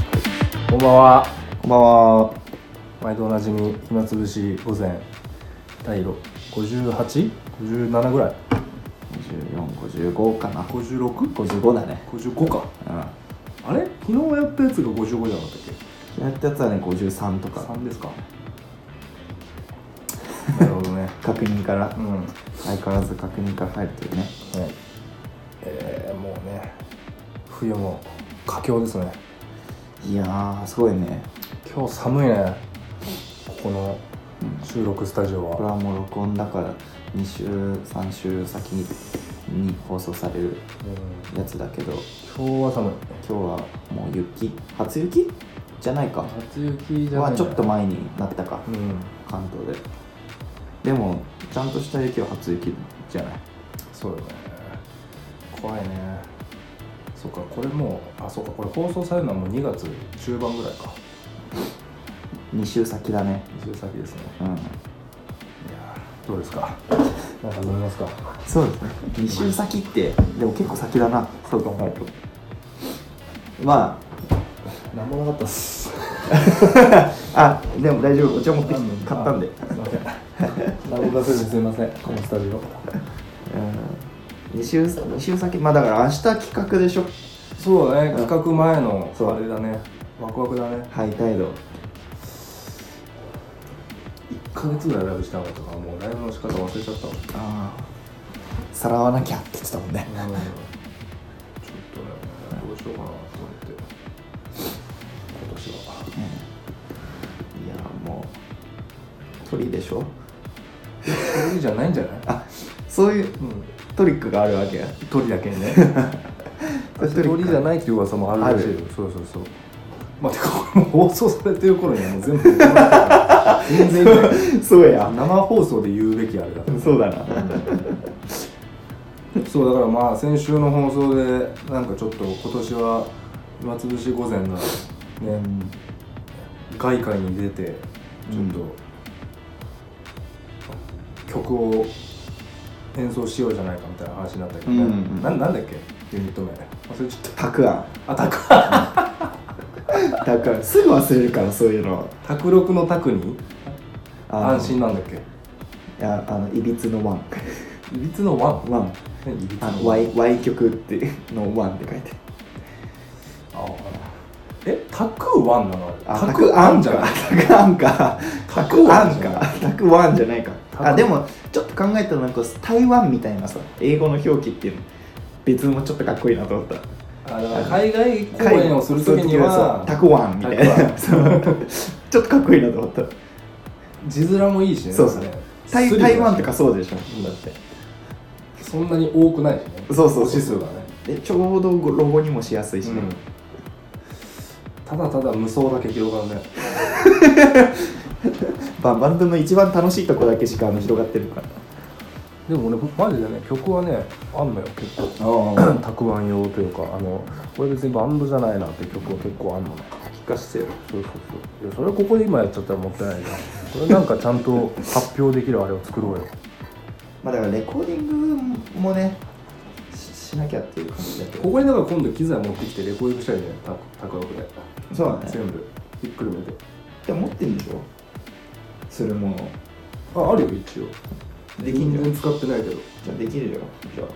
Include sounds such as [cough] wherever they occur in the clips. ばんは。こんばんは。毎度おなじみ、暇つぶし午前、第六 58?57 ぐらい。 54、55かな。 56?55 55だね。か。うあれ昨日やったやつが55じゃなかったっん。やったやつはね、53とけか。 ?3 で [laughs] すか。なるほどね。確認から、うん。はい。相変わらず確認から入るというね。えー、もうね、冬も佳境ですね。いやー、すごいね。今日寒いね。ここのうん収録スタジオこれは。はもう録音だから、2週、3週先に放送されるうんやつだけど、今日は寒い。今日はもう雪、初雪じゃないか。初雪じゃないはんちじゃょないっと前になったか、うん。関東で。でも、ちゃんとした雪は初雪じゃない。そうよね怖いねそうかこれもうあそうかこれ放送されるのはもう2月中盤ぐらいか2週先だね。移住先ですねうん。いやーどうですかなんか飲みますかそうですね2週先ってでも結構先だなそう考えるとまなんもなかったっす [laughs] ああでも大丈夫お茶持ってきて買ったんですいません何も出せずすいませんこのスタジオうん2週二週先まあだから明日企画でしょそうだね企画前のそうあれだねワクワクだねハイタイド1ヶ月ぐらいライブしたのとかもうライブの仕方忘れちゃったわああさらわなきゃって言ってたもんねうんちょっとねどうしようかなと思って今年はいやもう鳥でしょ鳥じゃないんじゃないあそういううんトリックがあるわけ鳥だけにねそして鳥じゃないっていう噂もあるらしいよそうそうそうまあ、てかこれもう放送されてる頃にはもう [laughs] 全部全然いいねそうや生放送で言うべきあれだからそうだなそうだからまあ先週の放送でなんかちょっと今年は暇つぶし午前がね、外界に出てちょっと、曲を演奏しようじゃないかみたいな話になったけどうんね、うんななんだっけユニット名忘れちゃったたくあんあたく [laughs] だからすぐ忘れるからそういうのたくろくのたくにあの安心なんだっけいやあのいびつのワンいびつのワンワン何いびつあののワン Y, y 曲っていうのをワンって書いてああえたくワンなのあたくあんじゃないタクアンかタタククアアンンじゃないかタクワンじゃないかタクあでもちょっと考えたらなんか台湾みたいなさ英語の表記っていうの別もちょっとかっこいいなと思ったあだから海外公演をするときにそはうタクワンみたいタなそうちょっとかっこいいなと [laughs] 思った字面もいいしねそうそうなんかね台スリルだし台湾とかそうでしょだってそんなに多くないしねそうそうそう指数がね、でちょうどロゴにもしやすいしね、うんただただ無双だけ広がるねババンドの一番楽しいとこだけしかあの広がってるからでも俺マジでね曲はねあんのよ結構あたくあん用というかあのこれ別にバンドじゃないなって曲は結構あんのねあ聞かせてよそうそうそういやそれはここで今やっちゃったらもったいないじゃんこれなんかちゃんと発表できるあれを作ろうよまあだからレコーディングもねししなきゃっていう感じだけどここにだから今度機材持ってきてレコーディングしたいねたたくあんでそうだね全部ひっくるめてでも持ってんでしょするものああるよ一応できんじゃ全ん然使ってないけどじゃあできるよじゃあ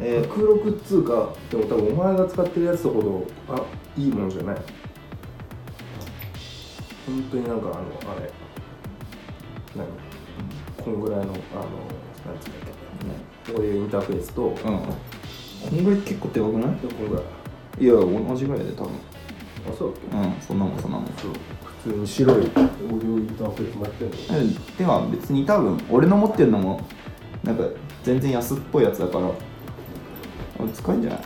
ええー、空録っつうかでも多分お前が使ってるやつほどあいいものじゃない本当になんかあのあれ何こんぐらいのあのなんつうんだっー、ねけこういうインターフェースと、でうんこんぐらい結構でかくないこんぐらいいや同じぐらいで多分あそうだっけうんそんなもんそんなもんそう普通に白いオーディオインターフェースもやってるのでは別に多分俺の持ってるのもなんか全然安っぽいやつだからあ使えんじゃない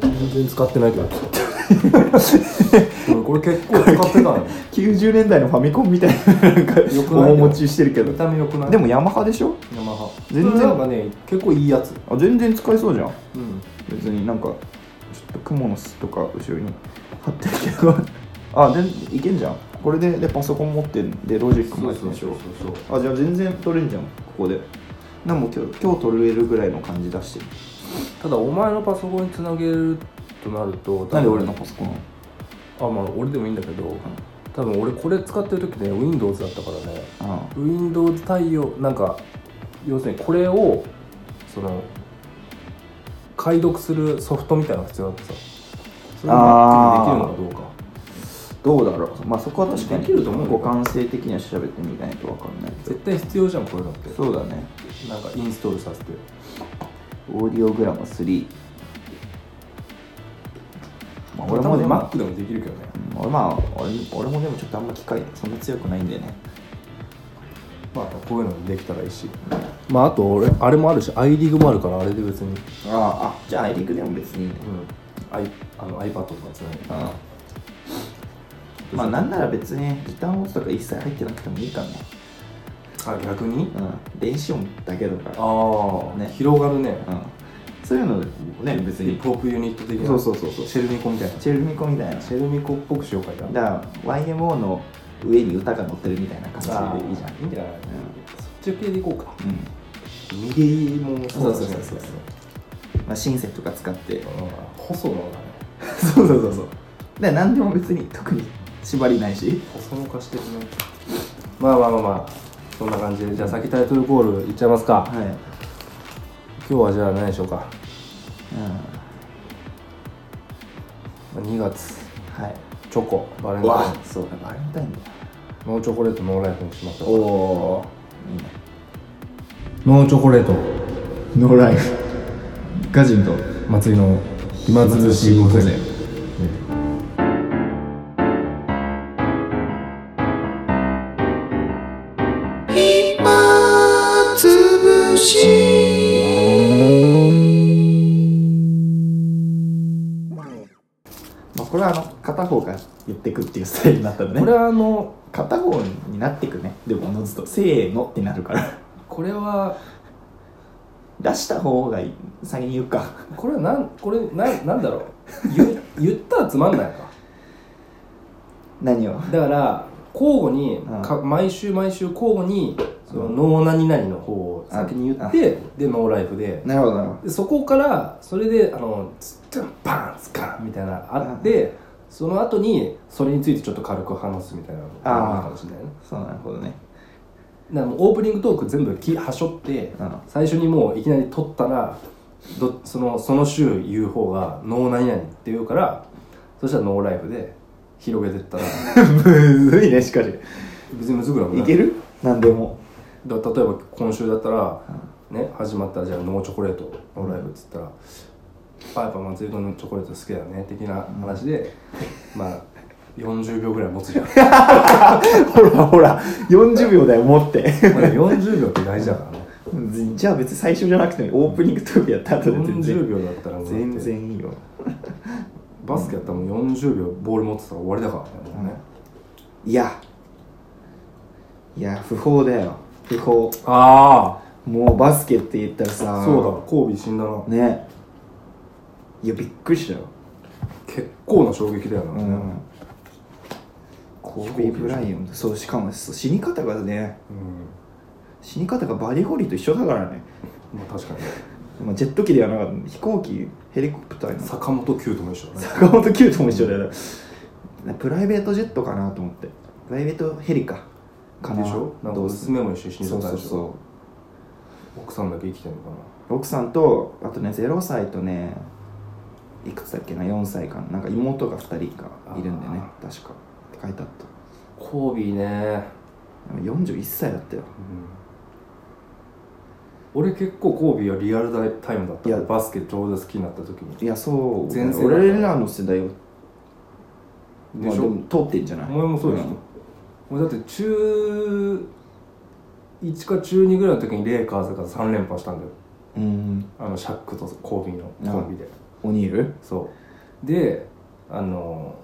全然使ってないけど [laughs] これ結構使ってたのよ90年代のファミコンみたいななんかよくないお持ちしてるけど見た目良くないでもヤマハでしょヤマハ全然それなんかね結構いいやつあ全然使えそうじゃんうん別になんかちょっと雲の巣とか後ろに貼ってるけどあ全然いけんじゃんこれででパソコン持ってんでロジックもそやっうてそんうでしそうょそうあじゃあ全然取れんじゃんここでなんも今日今日取れるぐらいの感じ出してるただお前のパソコンにつなげるとなるとなんで俺のパソコンあまあ俺でもいいんだけど、多分俺これ使ってる時ね Windows だったからねあ Windows 対応なんか要するにこれをその解読するソフトみたいなのが必要だってさそれができるのかどうかどうだろうまあそこは確かにできると思うよ互換性的には調べてみないと分かんないけ絶対必要じゃんこういうのってどそうだねなんかインストールさせてオーディオグラム3、まあ、俺俺ももでねも Mac でもできるけどねうん俺まあ俺俺もでもちょっとあんま機械そんな強くないんだよねまあこういうのできたらいいしまああと俺あれもあるし i リーグもあるからあれで別に、うん、ああじゃあアイリックでも別にいいねアイあの iPad とかつないであまあなんなら別にギターの音とか一切入ってなくてもいいからねあ逆うにん電子音だけだからああ、ね広がるね、うんそういうのね別ヒにップホップユニット的なそうそうそうそうシェルミコみたいなチェルミコみたいなシェルミコっぽくしようかじゃだあから YMO の上に歌が乗ってるみたいな感じでいいじゃんいいんじゃない、そっち系でいこうかうんミディもそうそうそだうねそうまあ、シンセとか使ってうん細野だねそうそうそうそうで何でも別に特に縛りないし細野化してるねまあまあまあまあそんな感じでじゃあ先タイトルコールいっちゃいますか、はい、うん、今日はじゃあ何でしょうかまあ2月はいチョコバレンうわタイそうだバレンタインだンノーチョコレートノーライフにしましおょうおいいねノーチョコレートノーライフガジンと祭りの暇つぶし午前まあ、これはあの片方が言ってくっていうスタイルになったんでこれねはあの片方になってくねでもおのずとせーのってなるから [laughs] これは出した方がいい先に言うかこれはなんこれなんなんだろう [laughs] 言言ったらつまんないか何をだから交互にうんか毎週毎週交互にそのノー何々の方を先に言ってでノーライフでなるほどなるほでそこからそれであのツッンパンツカンみたいなあってその後にそれについてちょっと軽く話すみたいなのあーいいかもしれないねどそうなるほどねだからもうオープニングトーク全部きはしょってうん最初にもういきなり撮ったらどそのその週言う方が「ノー何々」って言うからそしたらノーライフで広げてったら [laughs] むずいねしかし別にむずくなくいなけるる何でもだから例えば今週だったら、ね、始まったらじゃあノーチョコレートノーライフっつったら「あやっぱ松井君のチョコレート好きだよね」的な話で、まあ40秒ぐらい持つじゃん [laughs] まほらほら40秒だよ持ってあでも40秒って大事だからねじゃあ別に最初じゃなくてもオープニングトークやった後で全然40秒だったらもうだって全然いいよバスケやったらもう40秒ボール持ってたら終わりだからねもうね、いやいや不法だよ不法あもうバスケって言ったらさあそうだコービー死んだなねいやびっくりしたよ結構な衝撃だよな、うんコービー・ブライアントそうしかもそう死に方がねうん死に方がバリホリーと一緒だからね、まあ確かにまあ、ジェット機ではなかった飛行機ヘリコプターに坂本九とも一緒だね坂本九とも一緒だよなプライベートジェットかなと思ってプライベートヘリかかなでしょなんかどうせ娘も一緒に死んじそゃうったそうでしょそ奥さんだけ生きてんのかう奥さんとあとね0歳とねいくつだっけな4歳かななんか妹が2人かいるんでね確かって書いてあっなコービーね、たでも41歳だったようん、俺結構コービーはリアルタイムだったいやバスケちょうど好きになった時にいやそう全然俺らの世代をでしょ、まあも通ってんじゃないお前もそうでしょ、俺だって中1か中2ぐらいの時にレイカーズが3連覇したんだようんうんあのシャックとコービーのコンビでオニールそうであの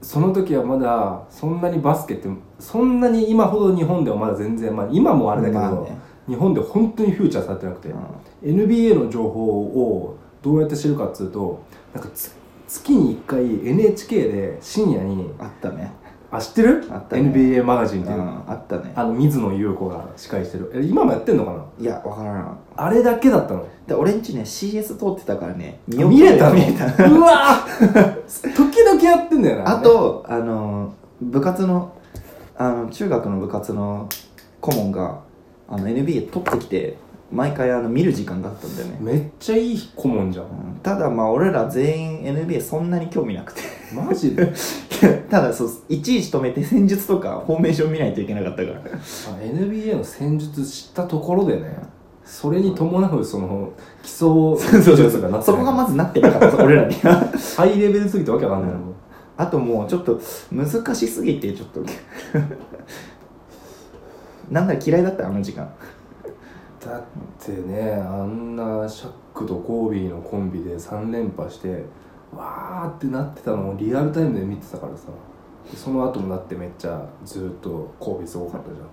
その時はまだそんなにバスケってそんなに今ほど日本ではまだ全然、まあ、今もあれだけど、まあね日本で本当にフューチャーされてなくて、うん NBA の情報をどうやって知るかっつうとなんかつ月に1回 NHK で深夜にあったねあ知ってるあったね ?NBA マガジンっうていうんあったねあの水野優子が司会してるえ今もやってんのかないやわからんあれだけだったので俺んちね CS 通ってたからね見れたの見れたうわー [laughs] 時々けやってんだよな [laughs] あとあの部活のあの中学の部活の顧問があの NBA 取ってきて毎回あの見る時間があったんだよね、めっちゃいい顧問じゃうんんただまあ俺ら全員 NBA そんなに興味なくて [laughs] マジであただそういちいち止めて戦術とかフォーメーション見ないといけなかったから NBA の戦術知ったところでねそれに伴うその基礎そう技そう術そがなうって [laughs] そないこがまずなってなかった俺らにはハイレベルすぎてわけわかんないもんあともうちょっと難しすぎてちょっと [laughs] なんなら嫌いだったあの時間だってねあんなシャックとコービーのコンビで3連覇してわーってなってたのをリアルタイムで見てたからさでその後もなってめっちゃずーっとコービーすごかったじゃ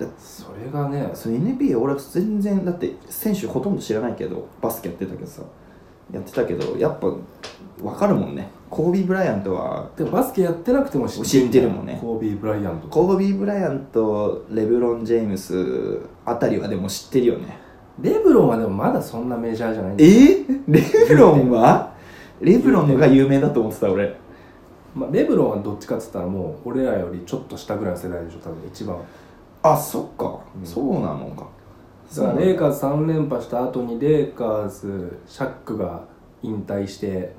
んうんそれがねそれ NBA 俺は全然だって選手ほとんど知らないけどバスケやってたけどさやってたけどやっぱ分かるもんねコービー・ブライアントはでもバスケやってなくても知知ってるもんねコービー・ブライアントコービー・ブライアントレブロン・ジェームスあたりはでも知ってるよねレブロンはでもまだそんなメジャーじゃないんだよ、えレブロンはレブロンのが有名だと思ってた俺まあ、レブロンはどっちかっつったらもう俺らよりちょっと下ぐらいの世代でしょ多分一番あそっか、うんそうなのかだからレイカーズ3連覇した後にレイカーズシャックが引退して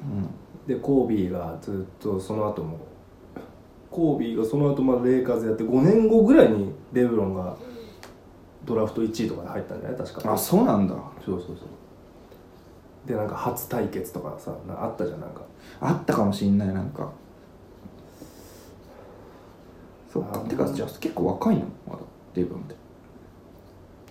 うんでコービーがずっとその後もコービーがその後まだレイカーズやって5年後ぐらいにレブロンがドラフト1位とかで入ったんじゃない確かあそうなんだそうそうそうでなんか初対決とかさなあったじゃんなんかあったかもしんないなんかそっかあーてかじゃあ結構若いのまだデブロンって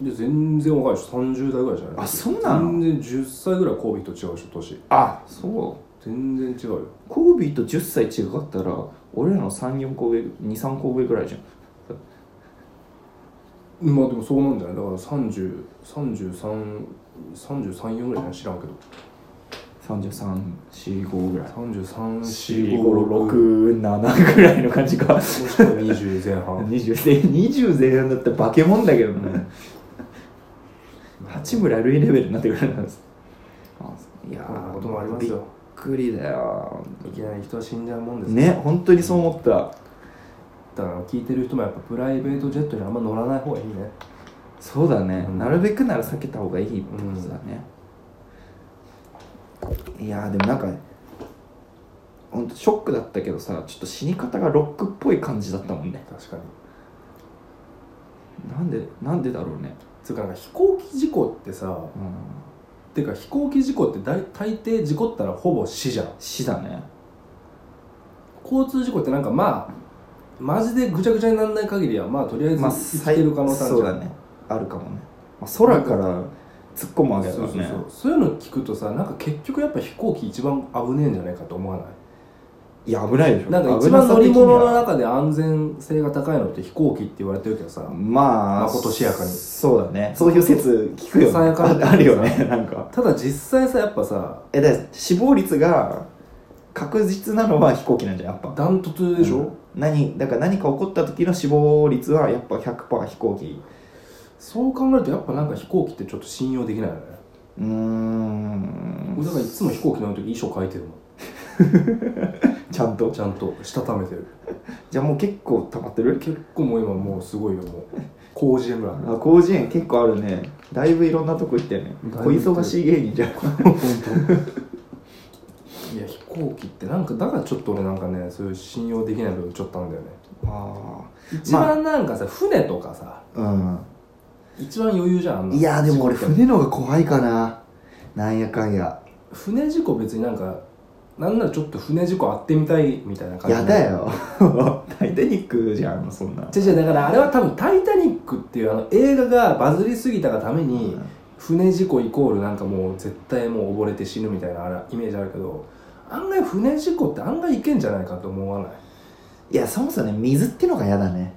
で全然若いでしょ30代ぐらいじゃないあそうなの全然10歳ぐらいコービーと違うでしょ年あそう全然違うよコービーと10歳違かったら俺らの34個上23個上ぐらいじゃんまあでもそうなんじゃないだから303334ぐらいじゃない知らんけど334ぐらい33456 456ぐらいの感じかもしくは20前半20で20前半だったら化け物だけどね八村塁レベルになってくるんですいやこんなーこともありますよびっくりだよいきなり人は死んじゃうもんですね本当にそう思っただから聞いてる人もやっぱプライベートジェットにあんま乗らない方がいいねそうだね、うんなるべくなら避けた方がいいってことだね、いやーでもなんかほんとショックだったけどさちょっと死に方がロックっぽい感じだったもんね確かになんでなんでだろうね、つうかなんか飛行機事故ってさうん、てか飛行機事故って大大抵事故ったらほぼ死じゃん死だね交通事故ってなんかまあマジでぐちゃぐちゃにならない限りはまあとりあえずまあ生きてる可能性あるそうじゃだん、ねあるかもね、まあ、空から突っ込むわけだかそうらそねうそうそういうの聞くとさなんか結局やっぱ飛行機一番危ねえんじゃないかと思わないいや危ないでしょなんか一番乗り物の中で安全性が高いのって飛行機って言われてるけどさ、まあまことしやかにそうだねそういう説聞くよさねやかにああるよねなんかただ実際さやっぱさえだから死亡率が確実なのは飛行機なんじゃんやっぱダントツでしょ、うん何だから何か起こった時の死亡率はやっぱ100%飛行機そう考えるとやっぱなんか飛行機ってちょっと信用できないよね、うーん俺だからいつも飛行機乗る時衣装変えてるもんちゃんとちゃんとしたためてるじゃあもう結構溜まってる結構もう今もうすごいよ [laughs] もう広辞苑ぐらいあ [laughs] るあ広辞苑結構あるねだいぶいろんなとこ行ったよねだい小ぶ行った忙しい芸人じゃん本当いや飛行機ってなんかだからちょっと俺なんかねそういう信用できない部分ちょっとあるんだよねあ一番なんかさ、船とかさあうん一番余裕じゃんあんないやでも俺事故って船の方が怖いかななんやかんや船事故別になんかなんならちょっと船事故あってみたいみたいな感じやだよ [laughs] タイタニックじゃんそんなじゃじゃだからあれは多分「タイタニック」っていうあの映画がバズりすぎたがために、うん船事故イコールなんかもう絶対もう溺れて死ぬみたいなあらイメージあるけど案外船事故って案外いけんじゃないかと思わないいやそもそもね水ってのが嫌だね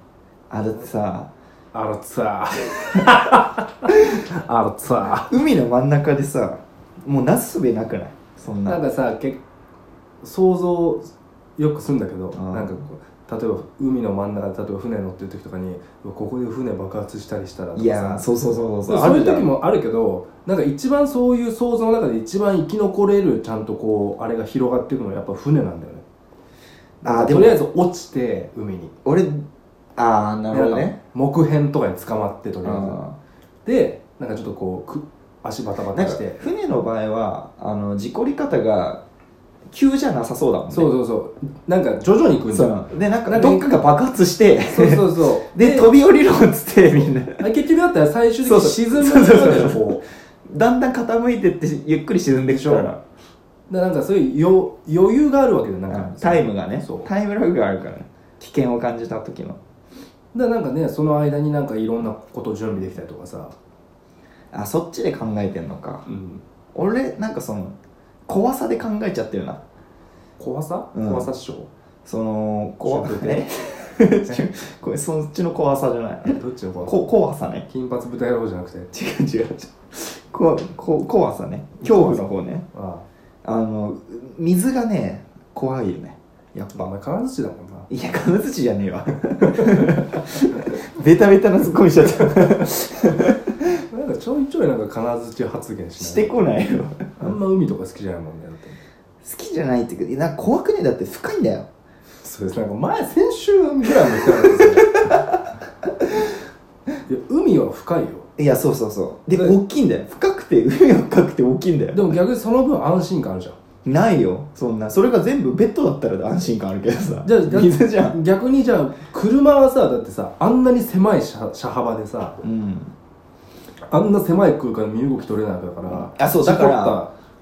あだってさあらつあ [laughs] あらつあ海の真ん中でさもうなすすべなくないそんななんかさけ想像よくすんだけどうんなんかこう例えば海の真ん中で例えば船乗ってる時とかにうわここで船爆発したりしたらとかさいやーそうそうそうそうそうそういうじゃん時もあるけどなんか一番そういう想像の中で一番生き残れるちゃんとこうあれが広がっていくのはやっぱ船なんだよねあーでともりあえず落ちて海に俺ああなるほどなんかね木片とかに捕まってとりああえずでなんかちょっとこうく足バタバーなタんかして船の場合はあの事故り方が急じゃなさそうだもんねそうそうそうなんか徐々に行くんだそようでなんかなんかどっかが爆発してそうそうそ [laughs] うで飛び降りろっつってみんなあ結局だったら最終的そうにそう沈むんだそうそうよそうこだんだん傾いてってゆっくり沈んでいくからうだからなんかそういうよ余裕があるわけでなんかタイムがねそうタイムラグがあるから危険を感じた時のだからなんかねその間になんかいろんなこと準備できたりとかさ、あそっちで考えてんのかうん、俺なんかその怖さで考えちゃってるな怖さ、うん怖さ師匠その怖シュートえ [laughs] これそっちの怖さじゃ [laughs] ないどっちの怖さこ怖さね金髪豚野郎じゃなくて違う違う違うここ怖さね恐怖の方ねああの水がね怖いよねやっあぱまあお前金槌だもんないや金槌じゃねえわベタベタなツッコミしちゃったなんかちょいちょいなんか金槌発言しないしてこないよあんま海とか好きじゃないもんねだって好きじゃないっていうかなんか怖くねえだって深いんだよそうですなんか前先週ぐらいも言ってなかったですねいや海は深いよいやそうそうそうでで大きいんだよ深くて海が深くて大きいんだよでも逆にその分安心感あるじゃんないよそんなそれが全部ベッドだったら安心感あるけどさじゃあだ水じゃん逆にじゃあ車はさだってさあんなに狭い車車幅でさうんあんな狭い空間で身動き取れないわけだからあそうだから事故っ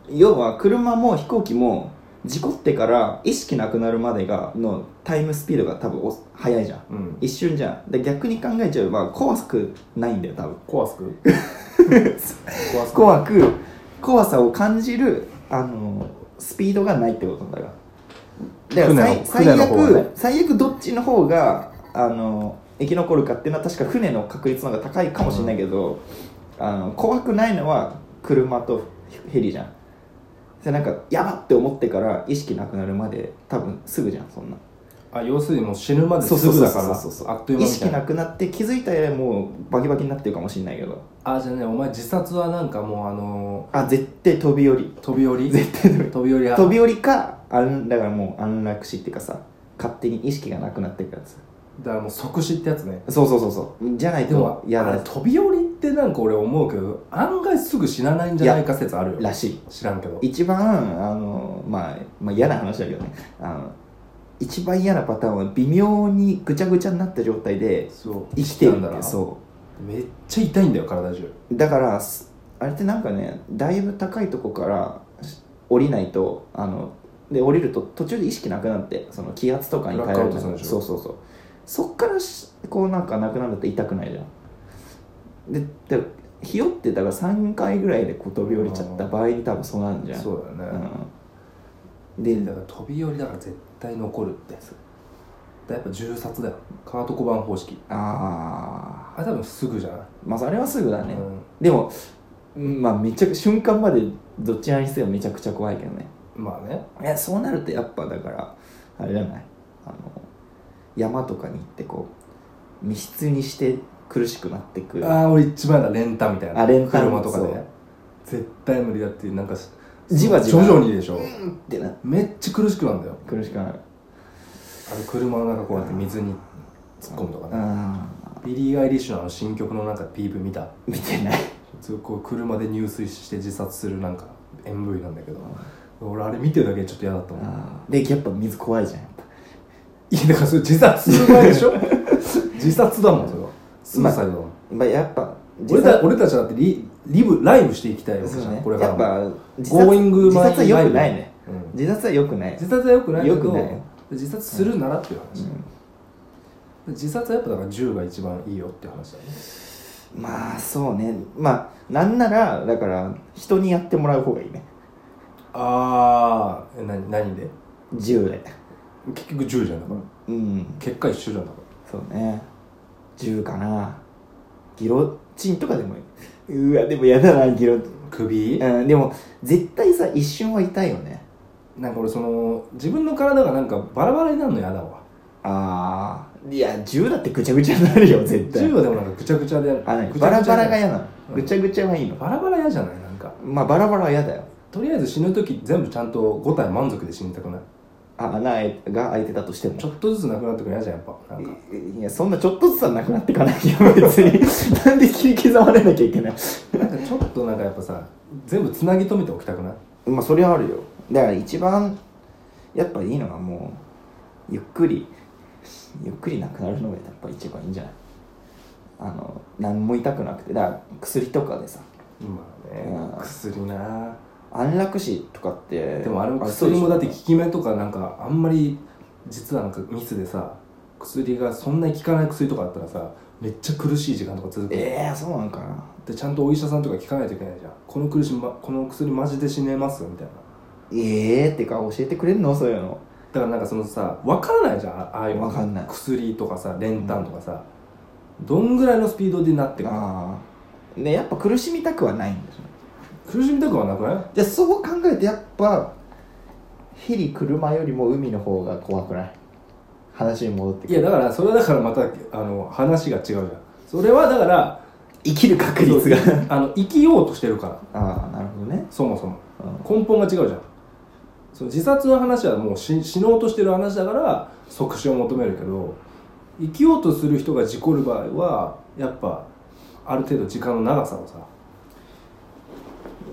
た要は車も飛行機も事故ってから意識なくなるまでがのタイムスピードが多分お速いじゃんうん、一瞬じゃんで逆に考えちゃえば怖くないんだよ多分怖す [laughs] く怖すく怖く怖さを感じるあのスピードがないってことだからだから最船最の船の方悪、がね最悪どっちの方があの生き残るかっていうのは確か船の確率の方が高いかもしれないけど、あの怖くないのは車とヘリじゃんでなんかやばって思ってから意識なくなるまで多分すぐじゃんそんなあ要するにもう死ぬまでそうすそうぐそうだそかうらそうそうあっという間意みた識いななくなって気づいたらもうバキバキになってるかもしれないけどあじゃあねお前自殺はなんかもうあのあ絶対飛び降りー飛び降り絶対飛び降り飛び降りや飛び降りかあんだからもう安楽死っていうかさ勝手に意識がなくなっていくやつだからもう即死ってやつねそうそうそうそうじゃないでもと嫌あだれ飛び降りってなんか俺思うけど案外すぐ死なないんじゃないか説あるよらしい知らんけど一番あの、まあ、まあ嫌な話だけどねあの一番嫌なパターンは微妙にぐちゃぐちゃになった状態でそう生きてるんだだなそめっちゃ痛いんだよ体中うだからすあれってなんかねだいぶ高いとこからし降りないとあので降りると途中で意識なくなってその気圧とかに変えられブラックアウトするるでしょそうそうそうそっからしこうなんかなくなると痛くないじゃんででひよってだから3回ぐらいでこう飛び降りちゃった場合に多分そうなるんじゃんそうだよね、うん、でだから飛び降りだから絶対残るってやつだからやっぱ銃殺だよカート小判方式あああ多分すぐじゃない、まああれはすぐだね、うんでもうんまあめちゃく瞬間までどちらにせよめちゃくちゃ怖いけどねまあねいやそうなるとやっぱだからあれじゃないあの山とかに行ってこう密室にして苦しくなってくるああ俺一番だレンタみたいなあレンタ車とかそでう絶対無理だってなんかじわじわ徐々にでしょうんってなめっちゃ苦しくなんだよ苦しくなるあの車の中こうやって水に突っ込むとかねあビリー・アイリッシュのあの新曲のなんか PV 見た見てないすごいこう車で入水して自殺するなんか MV なんだけど俺あれ見てるだけでちょっと嫌だったもんあーでやっぱ水怖いじゃんやっぱいやだからそれ自殺する前 [laughs] でしょ自殺だもんそれはスーサイドだもんまあやっぱ俺た俺たちだってリリブライブしていきたいわけそじゃ、うんねこれからやっもぱ自殺 Going 自殺は my よくないね life うん自殺はよくない自殺は良くないけど良くない自殺するならっていう話、うん自殺はやっぱだから銃が一番いいよっていう話だねまあそうねまあなんならだから人にやってもらう方がいいねああ何何で銃で結局銃じゃんだからうん結果一緒じゃんだかそうね銃かなギロチンとかでもいいうわでもやだなギロ、ら首うん、でも絶対さ一瞬は痛いよねなんか俺その自分の体がなんかバラバラになるの嫌だわああいや10だってぐちゃぐちゃになるよ絶対10はでもなんかぐちゃぐちゃであ何ぐちバゃラぐちバゃじラゃがない嫌なのうんぐちゃぐちゃはいいのバラバラ嫌じゃないなんかまあバラバラは嫌だよとりあえず死ぬ時全部ちゃんと5体満足で死にたくないあ穴が開いてたとしてもちょっとずつなくなってくるの嫌じゃんやっ [laughs] ぱなんかいやそんなちょっとずつはなくなっていかないよ別 [laughs] になんで切り刻まれなきゃいけないなんかちょっとなんかやっぱさ全部つなぎ止めておきたくないまあそれはあるよだから一番やっぱいいのはもうゆっくりゆっくりなくなるのがやっぱ一番いいんじゃないあの何も痛くなくてだから薬とかでさまあうんね薬な安楽死とかってでもあれもそう薬でしょもだって効き目とかなんかあんまり実はなんかミスでさ薬がそんなに効かない薬とかあったらさめっちゃ苦しい時間とか続くええそうなんかなでちゃんとお医者さんとか聞かないといけないじゃんこの苦しみ、ま、この薬マジで死ねますみたいなええってか教えてくれんのそういうのだからなんかそのさ分からないじゃんあああいうのわかんない薬とかさ練炭とかさ、どんぐらいのスピードでなってくるああねやっぱ苦しみたくはないんですよ苦しみたくはなくないじゃあそう考えてやっぱヘリ車よりも海の方が怖くない話に戻ってくいるやだからそれはだからまたあの話が違うじゃんそれはだから生きる確 [laughs] 率があの生きようとしてるからああなるほどねそもそもうん根本が違うじゃんその自殺の話はもう死死のうとしてる話だから即死を求めるけど生きようとする人が事故る場合はやっぱある程度時間の長さをさ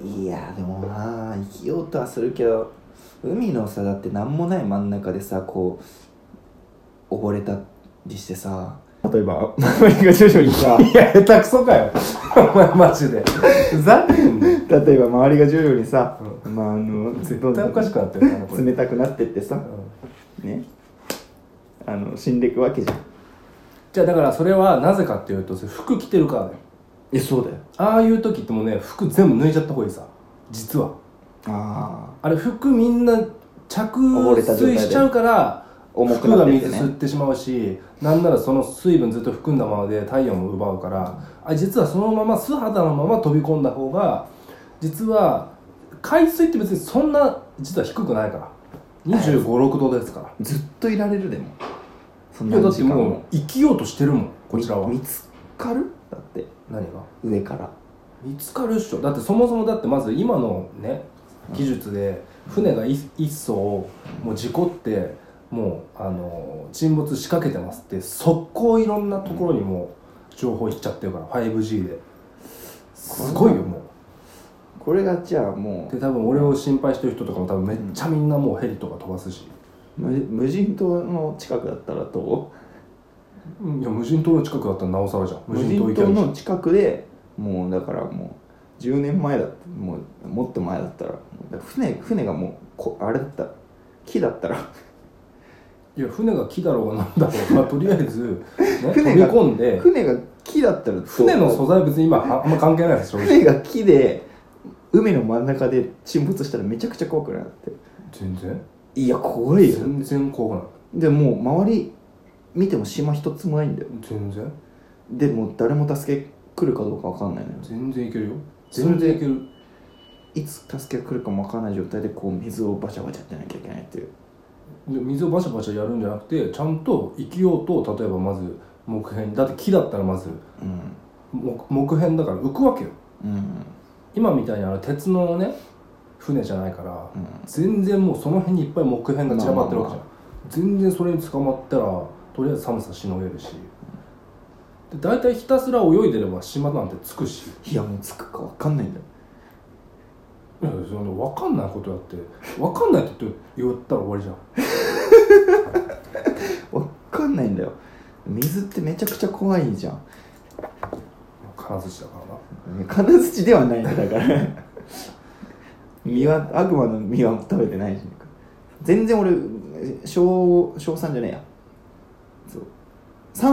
いやでもなあ生きようとはするけど海のさだって何もない真ん中でさこう溺れたりしてさ例えば周りが徐々に [laughs] さいや下手くそかよ [laughs] お前マジでふざけんなよ例えば周りが徐々にさ、まああの絶対おかしくなってるなこれ冷たくなってってさ、うんねあの死んでいくわけじゃんじゃあだからそれはなぜかっていうとそれ服着てるからだよえそうだよああいう時ってもうね服全部脱いじゃった方がいいさ実はああれ服みんな着水しちゃうから溺れた状態で服が水吸ってしまうしなんならその水分ずっと含んだままで体温を奪うからあ実はそのまま素肌のまま飛び込んだ方が実は海水って別にそんな実は低くないから2 5 6度ですからあずっといられるでもそんいやだって時間もう生きようとしてるもんこちらはみ見つかるだって何が上から見つかるっしょだってそもそもだってまず今のね技術で船がい一艘もう事故ってもうあの沈没しかけてますって速攻いろんなところにもう情報いっちゃってるから 5G ですごいよもこれがじゃあもうで多分俺を心配してる人とかも多分めっちゃみんなもうヘリとか飛ばすし、う無無人島の近くだったらどうんいや無人島の近くだったらなおさらじゃんう無人島行の近くでもうだからもう10年前だってもうもっと前だったらだから船船がもうこあれだった木だったらきゃいいや船が木だろうがなんだろうがとりあえず、ね、飛び船が込んで船が木だったらどう船の素材は別に今ああんま関係ないでしょ船が木で海の真ん中で沈没したらめちゃくちゃ怖くないだって全然いや怖いよ全然怖くないでもう周り見ても島一つもないんだよ全然でもう誰も助け来るかどうかわかんないのよ全然いけるよそれ全で然いけるいつ助けが来るかもわかんない状態でこう水をバシャバシャってやらなきゃいけないっていうで水をバシャバシャやるんじゃなくてちゃんと生きようと例えばまず木片だって木だったらまずうん木木片だから浮くわけようん今みたいにあの鉄のね船じゃないからうん全然もうその辺にいっぱい木片が散らばってるわけじゃんま全然それに捕まったらとりあえず寒さしのげるしで大体ひたすら泳いでれば島なんて着くしいやもう着くかわかんないんだよいやその分かんないことやって分かんないこと言ったら終わりじゃんわかんないんだよ水ってめちゃくちゃ怖いじゃん金槌だからな金槌ではないんだから身は悪魔の身は食べてないし全然俺小小3じゃねえやそう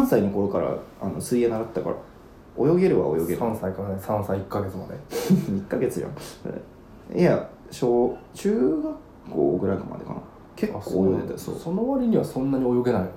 3歳の頃からあの水泳習ったから泳げるは泳げる3歳からね3歳1ヶ月まで1ヶ月よいや小中学校ぐらいまでかな結構泳いでたよそうその割にはそんなに泳げな [laughs] いよね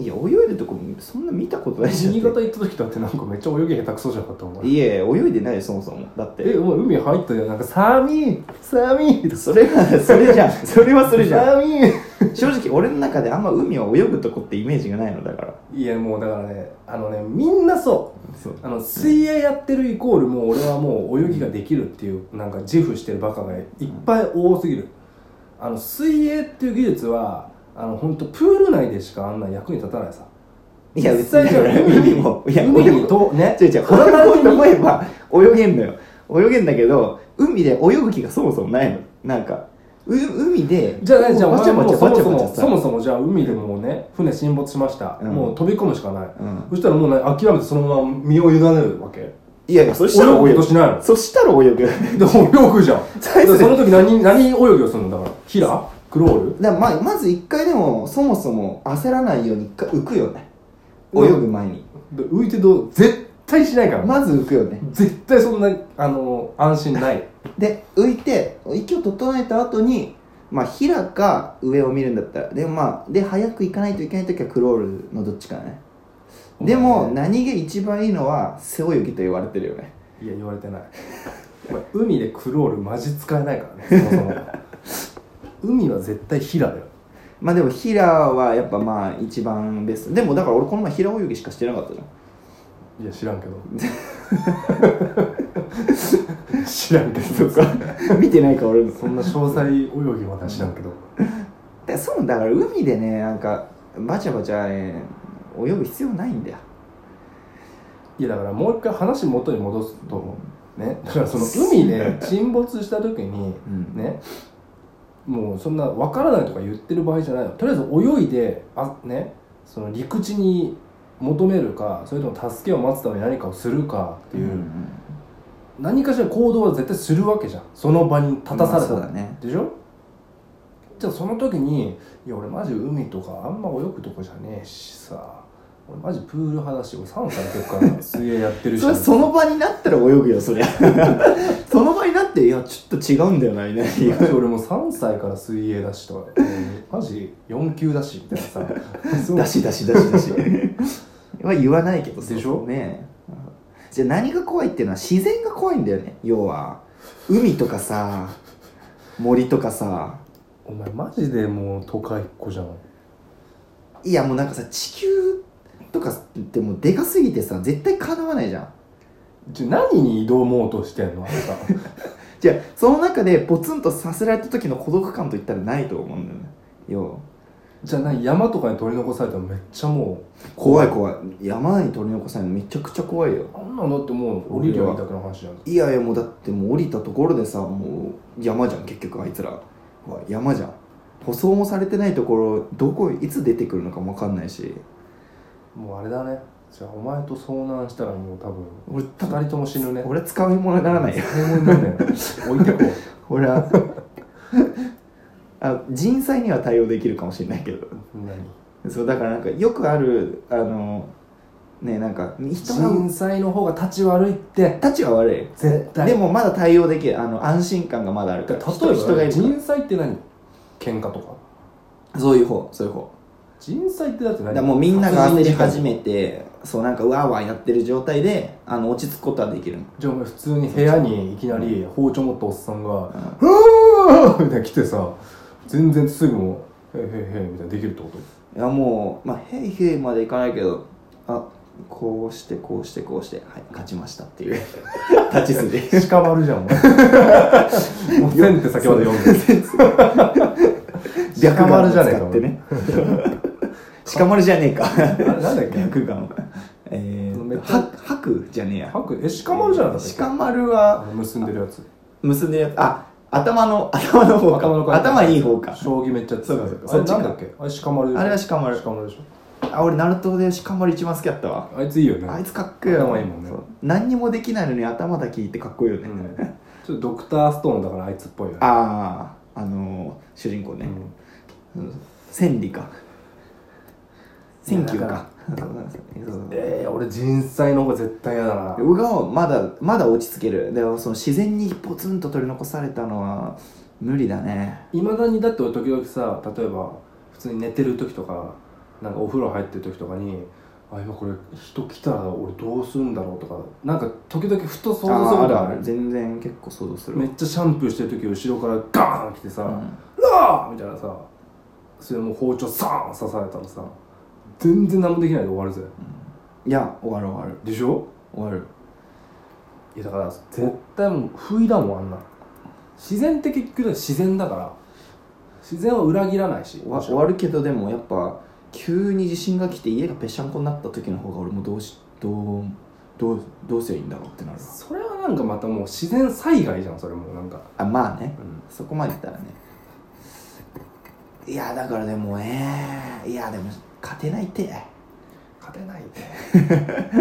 いや泳いでるとこそんな見たことないじゃん新潟行った時だってなんかめっちゃ泳ぎ下手くそじゃなかったお前いやいや泳いでないよそもそもだってえお前海入ったじゃんなんか「寒い寒い」 [laughs] それはそれじゃんそれはそれじゃん寒い正直俺の中であんま海を泳ぐとこってイメージがないのだからいやもうだからねあのねみんなそうそうあの水泳やってるイコールもう俺はもう泳ぎができるっていうなんか自負してるバカがいっぱい多すぎるあの水泳っていう技術はあの本当プール内でしかあんな役に立たないさいや実別に際じゃあ海もいや海俺にもとね違う違う体泳ごうとに思えば泳げんのよ泳げんだけど海で泳ぐ気がそもそもないのなんかう海でじゃあねじゃあバチャバチャそバもチャそバチもャそもさそもじゃあ海でもうね船沈没しました、うんもう飛び込むしかない、うんそしたらもうね諦めてそのまま身を委ねるわけいやいやそしたら泳ぐ泳ことぐしないのそしたら [laughs] 泳ぐで泳ぐじゃん最初でその時何何泳ぎをするのだからヒラクロールだからまあまず一回でもそもそも焦らないように一回浮くよねうん泳ぐ前に、で浮いてどう絶対しないから、まず浮くよね絶対そんなあの安心ないで浮いて息を整えた後にまあ平か上を見るんだったらでもまあで早く行かないといけない時はクロールのどっちかだねでも何気一番いいのは背泳ぎと言われてるよねいや言われてないお前海でクロールマジ使えないからねそもそも海は絶対ヒラだよまあでも平はやっぱまあ一番ベストでもだから俺この前平泳ぎしかしてなかったじゃんいや知らんけど知らんけど [laughs] か見てないか俺のそんな詳細泳ぎまでは知らんけどでそうだから海でねなんかバチャバチャ、ね、泳ぐ必要ないんだよいやだからもう一回話元に戻すとねだからその海で沈没した時にうんねもうそんな分からないとか言ってる場合じゃないのとりあえず泳いであねその陸地に求めるかそれとも助けを待つために何かをするかっていう、何かしら行動は絶対するわけじゃんその場に立たされたまあそうらだねでしょじゃあその時に「いや俺マジ海とかあんま泳ぐとこじゃねえしさ俺マジプール派だし俺サウナやってるから水泳 [laughs] やってるしそれその場になったら泳ぐよ [laughs] そりゃその場になっていやちょっと違うんだよなみたいなマジ俺もう3歳から水泳だしとかマジ4級だしみたいなさ [laughs] そうだしだしだしだ [laughs] しは言わないけどでしょそうねじゃあ何が怖いっていうのは自然が怖いんだよね要は海とかさ森とかさお前マジでもう都会っ子じゃんいやもうなんかさ地球とかってもうでかすぎてさ絶対かなわないじゃんじゃ何に挑もうとしてんのあなた [laughs] じゃあその中でポツンとさせられた時の孤独感といったらないと思うんだよね要はじゃあ何山とかに取り残されたらめっちゃもう怖い怖い山に取り残されるのめちゃくちゃ怖いよあんなんだってもう降りりゃいいだけの話じゃんいやいやもうだってもう降りたところでさもう山じゃん結局あいつらは山じゃん舗装もされてないところどこいつ出てくるのかも分かんないしもうあれだねじゃあお前と遭難したらもう多分俺多分二人とも死ぬね俺使い物にならないよ使い物になんね [laughs] 置いてこ俺は [laughs] あ人災には対応できるかもしれないけどう何そうだからなんかよくあるあのねなんか人人が災の方が立ち悪いってたちは悪い絶対でもまだ対応できるあの安心感がまだある例かえらば人人がいるから人災って何喧嘩とかそういう方そういう方人災ってだってだ何からもうみんなが焦殺人り事件始めてそうなんかわーわーやってる状態であの落ち着くことはできるのじゃあお前普通に部屋にいきなり包丁持ったおっさんが「うわー!」みたいな来てさ全然すぐもう「へいへいへい」みたいなできるってこといやもうまあへいへいまでいかないけどあこうしてこうしてこうしてはい勝ちましたっていう [laughs] 立ち筋屍じゃんお [laughs] 前もう線って先まで読んでる略鹿丸眼じゃを使ねえかってね [laughs] 鹿丸じゃねえかあれなんだっけ略眼えめっーちゃは白じゃねえや白え鹿丸じゃなかったっけ鹿丸はあの結んでるやつ結んでるやつあ頭の [laughs] 頭の方か頭の方頭いい方か将棋めっちゃ強いそうかあそれっちかなんだっけあれ鹿丸でしょあれは鹿丸鹿丸でしょあ俺ナルトで鹿丸一番好きだったわあいついいよねあいつかっこいいよ頭いいもんねそう何にもできないのに頭だけいいってかっこいいよね、うんちょっとドクターストーンだからあいつっぽいよねあああのー主人公ね、うん千里か千九いやだかそうなんですよそうそうえー俺人災の方が絶対嫌だな僕はまだまだ落ち着けるでもその自然にポツンと取り残されたのは無理だねいまだにだって俺時々さ例えば普通に寝てる時とかなんかお風呂入ってる時とかにあ今これ人来たら俺どうするんだろうとかなんか時々ふと想像するあーあことるああるる全然結構想像するわめっちゃシャンプーしてる時後ろからガーン来てさうん「ラー!」みたいなさそれもう包丁サーン刺されたらさ全然何もできないで終わるぜいや終わる終わるでしょ終わるいやだから絶対もう不意だもんあんな自然って結局自然だから自然は裏切らないしわ終わるけどでもやっぱ急に地震が来て家がぺしゃんこになった時の方が俺もどうしどうどうどうすりゃいいんだろうってなるわそれはなんかまたもう自然災害じゃんそれもうなんかあまあねうんそこまで言ったらねいやだからでもねいやでも勝てないって勝てな [laughs] いね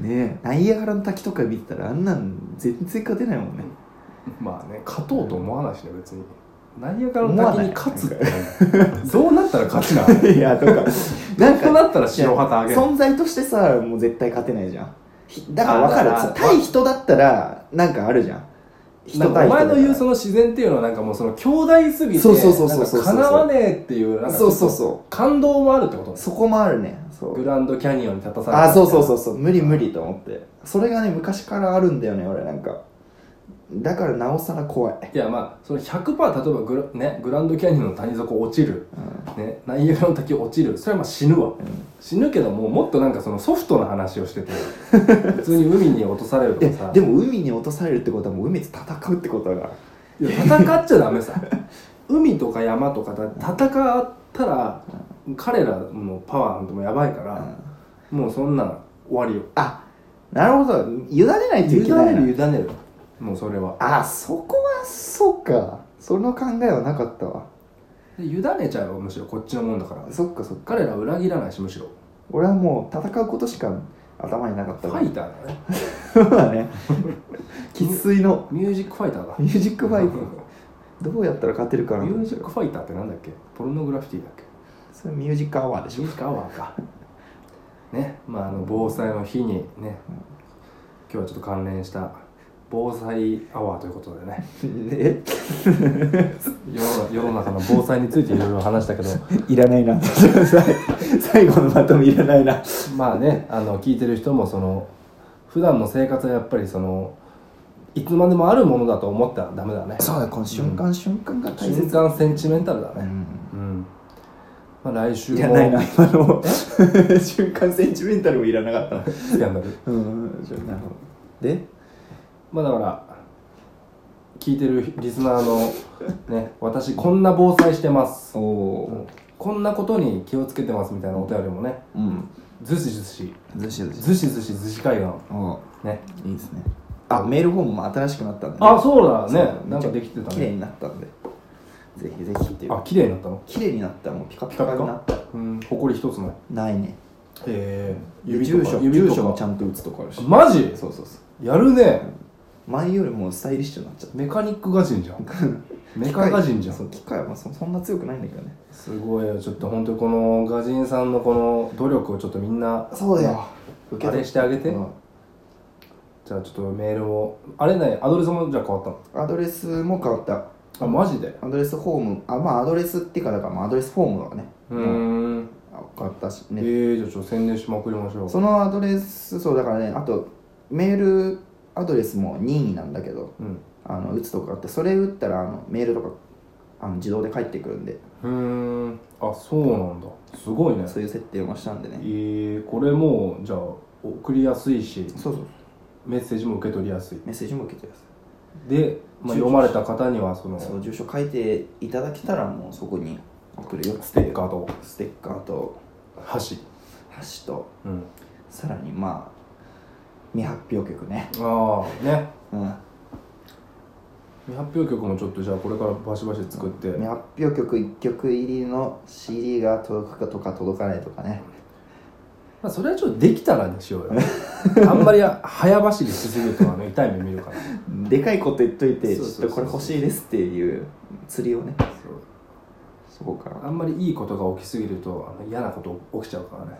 ねえナイアガラの滝とか見てたらあんなん全然勝てないもんねまあね勝とうと思わないしね別にナイアガラの滝に勝つってなんだ [laughs] そうなったら勝ち [laughs] ないやとか [laughs] なんそうかなったら白旗あげる存在としてさもう絶対勝てないじゃんひだから分かるあだから対人だったらなんかあるじゃん人なんか対お人だから前の言うその自然っていうのはなんかもうその兄弟すぎてそうそうそうそうそうなんか叶わねえっていうなんかそうそうそう感動もあるってことねそこもあるねそグうランドキャニオンに立たされたあそうそうそううそう無理無理と思ってそれがね昔からあるんだよね俺なんかだからなおさら怖い、いやまあその100%例えばグラ,、ね、グランドキャニオンの谷底落ちる、うんね、ナイアガラの滝落ちるそれはまあ死ぬわ、ん死ぬけどももっとなんかそのソフトな話を [laughs] してて普通に海に落とされるいとかやさでも海に落とされるってことはもう海と戦うってことだからいや戦っちゃダメさ海とか山とかだ戦ったら彼らのパワーなんてもうやばいから、もうそんなん終わりよあなるほど委ねないと委いけないねなる委ねるもうそれはあそこはそうかその考えはなかったわで委ねちゃえばむしろこっちのもんだからそっかそっか彼らは裏切らないしむしろ俺はもう戦うことしか頭になかったフわァイターだねそうだ [laughs] ね生粋のミュージックファイターだミュージックバイクどうやったら勝てるかなミとュ思っーてジックファイターってなんだっけポルノグラフィティだっけそれミュージックアワーでしょミュージックアワーかねまああの防災の日にね今日はちょっと関連した防災アワーということでねえ世の世の中の防災についていろいろ話したけど [laughs] いらないな最後のまとめいらないなまあねあの聞いてる人もその普段の生活はやっぱりそのいつまでもあるものだと思ったらダメだねそうだこの瞬間瞬間が大瞬切間センチメンタルだうねんうん、まあ、来週もいらないな今の [laughs] 瞬間センチメンタルもいらなかっスキャンダルたうんじゃあなるほどでまあだから聞いてるリスナーのね私こんな防災してます、おおこんなことに気をつけてますみたいなお便りもねうんずしずしずしずしずしずしずし海お岸ねーいいですねあメールフォームも新しくなったんで、あそうだそうねなんかできてた綺麗ねになったんでぜひぜひっていうあ綺麗になったの綺麗になったもうピカピカになったうん埃一つないないねへえで指住とか所指住と所もかちゃんと打つとこあるしマジそうそうそうやるね前よりもスタイリッシュになっちゃっメカニックガジン [laughs] じゃんたメカガジンじゃんそう機械はまあそそんな強くないんだけどねすごいよちょっと本当にこのガジンさんのこの努力をちょっとみんなそうだよ受け取っあれしてあげてうんじゃあちょっとメールをあれねアドレスもじゃあ変わっアドレスも変わったたのあマジでアドレスフォームあまあアドレスっていうかだからまあアドレスフォームはねうーんあ変わったしえねー、じゃあちょっと宣伝しまくりましょうそのアドレスそうだからねあとメールアドレスも任意なんだけどうんあの打つとこあってそれ打ったらあのメールとかあの自動で返ってくるんでうーんあそうなんだすごいねそういう設定もしたんでえねー、これもうじゃあ送りやすいしそうそうメッセージも受け取りやすいメッセージも受けてくださで、まあ、読まれた方にはそのいそう住所書いていただけたらもうそこに送るよステッカーとステッカーと箸箸とうんさらにまあ未発表曲ねああねうん未発表曲もちょっとじゃあこれからバシバシ作って未発表曲1曲入りの CD が届くかとか届かないとかねまあ、それはちょっとできたらにしよ [laughs] うよあんまり早走りしすぎるとあの痛い目見るからでかいこと言っといてちそうょそうっそうそうとこれ欲しいですっていう釣りをねそこからあんまりいいことが起きすぎるとあの嫌なこと起きちゃうからね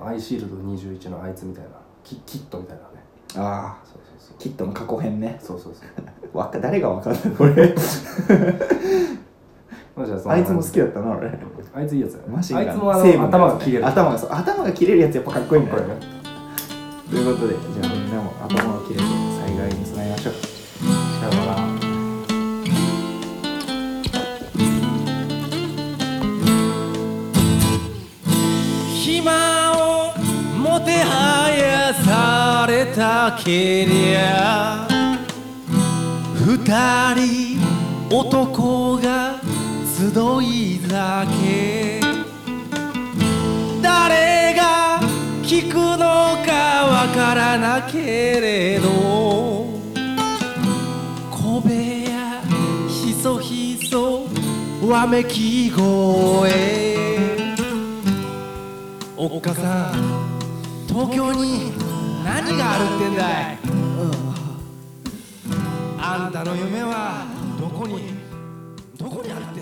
あのアイシールド21のあいつみたいなキキットみたいなねああそうそうキットの過去編ねそうそうそうそう、わか誰がわかんないこれまあ、じゃあそのあいつも好きだったな俺あいついいやつだねマシンあガンいつもあのセーブのやつね頭が切れる頭がそう頭が切れるやつやっぱかっこいいんだこれよねということでじゃあみんなも頭が切れて災害に備えましょうさようならたきりゃ二人男が集い酒誰が聞くのかわからなけれど小部屋ひそひそわめき声おっかさん東京に何があるってんだい、あんたの夢はどこにどこにあるってんだい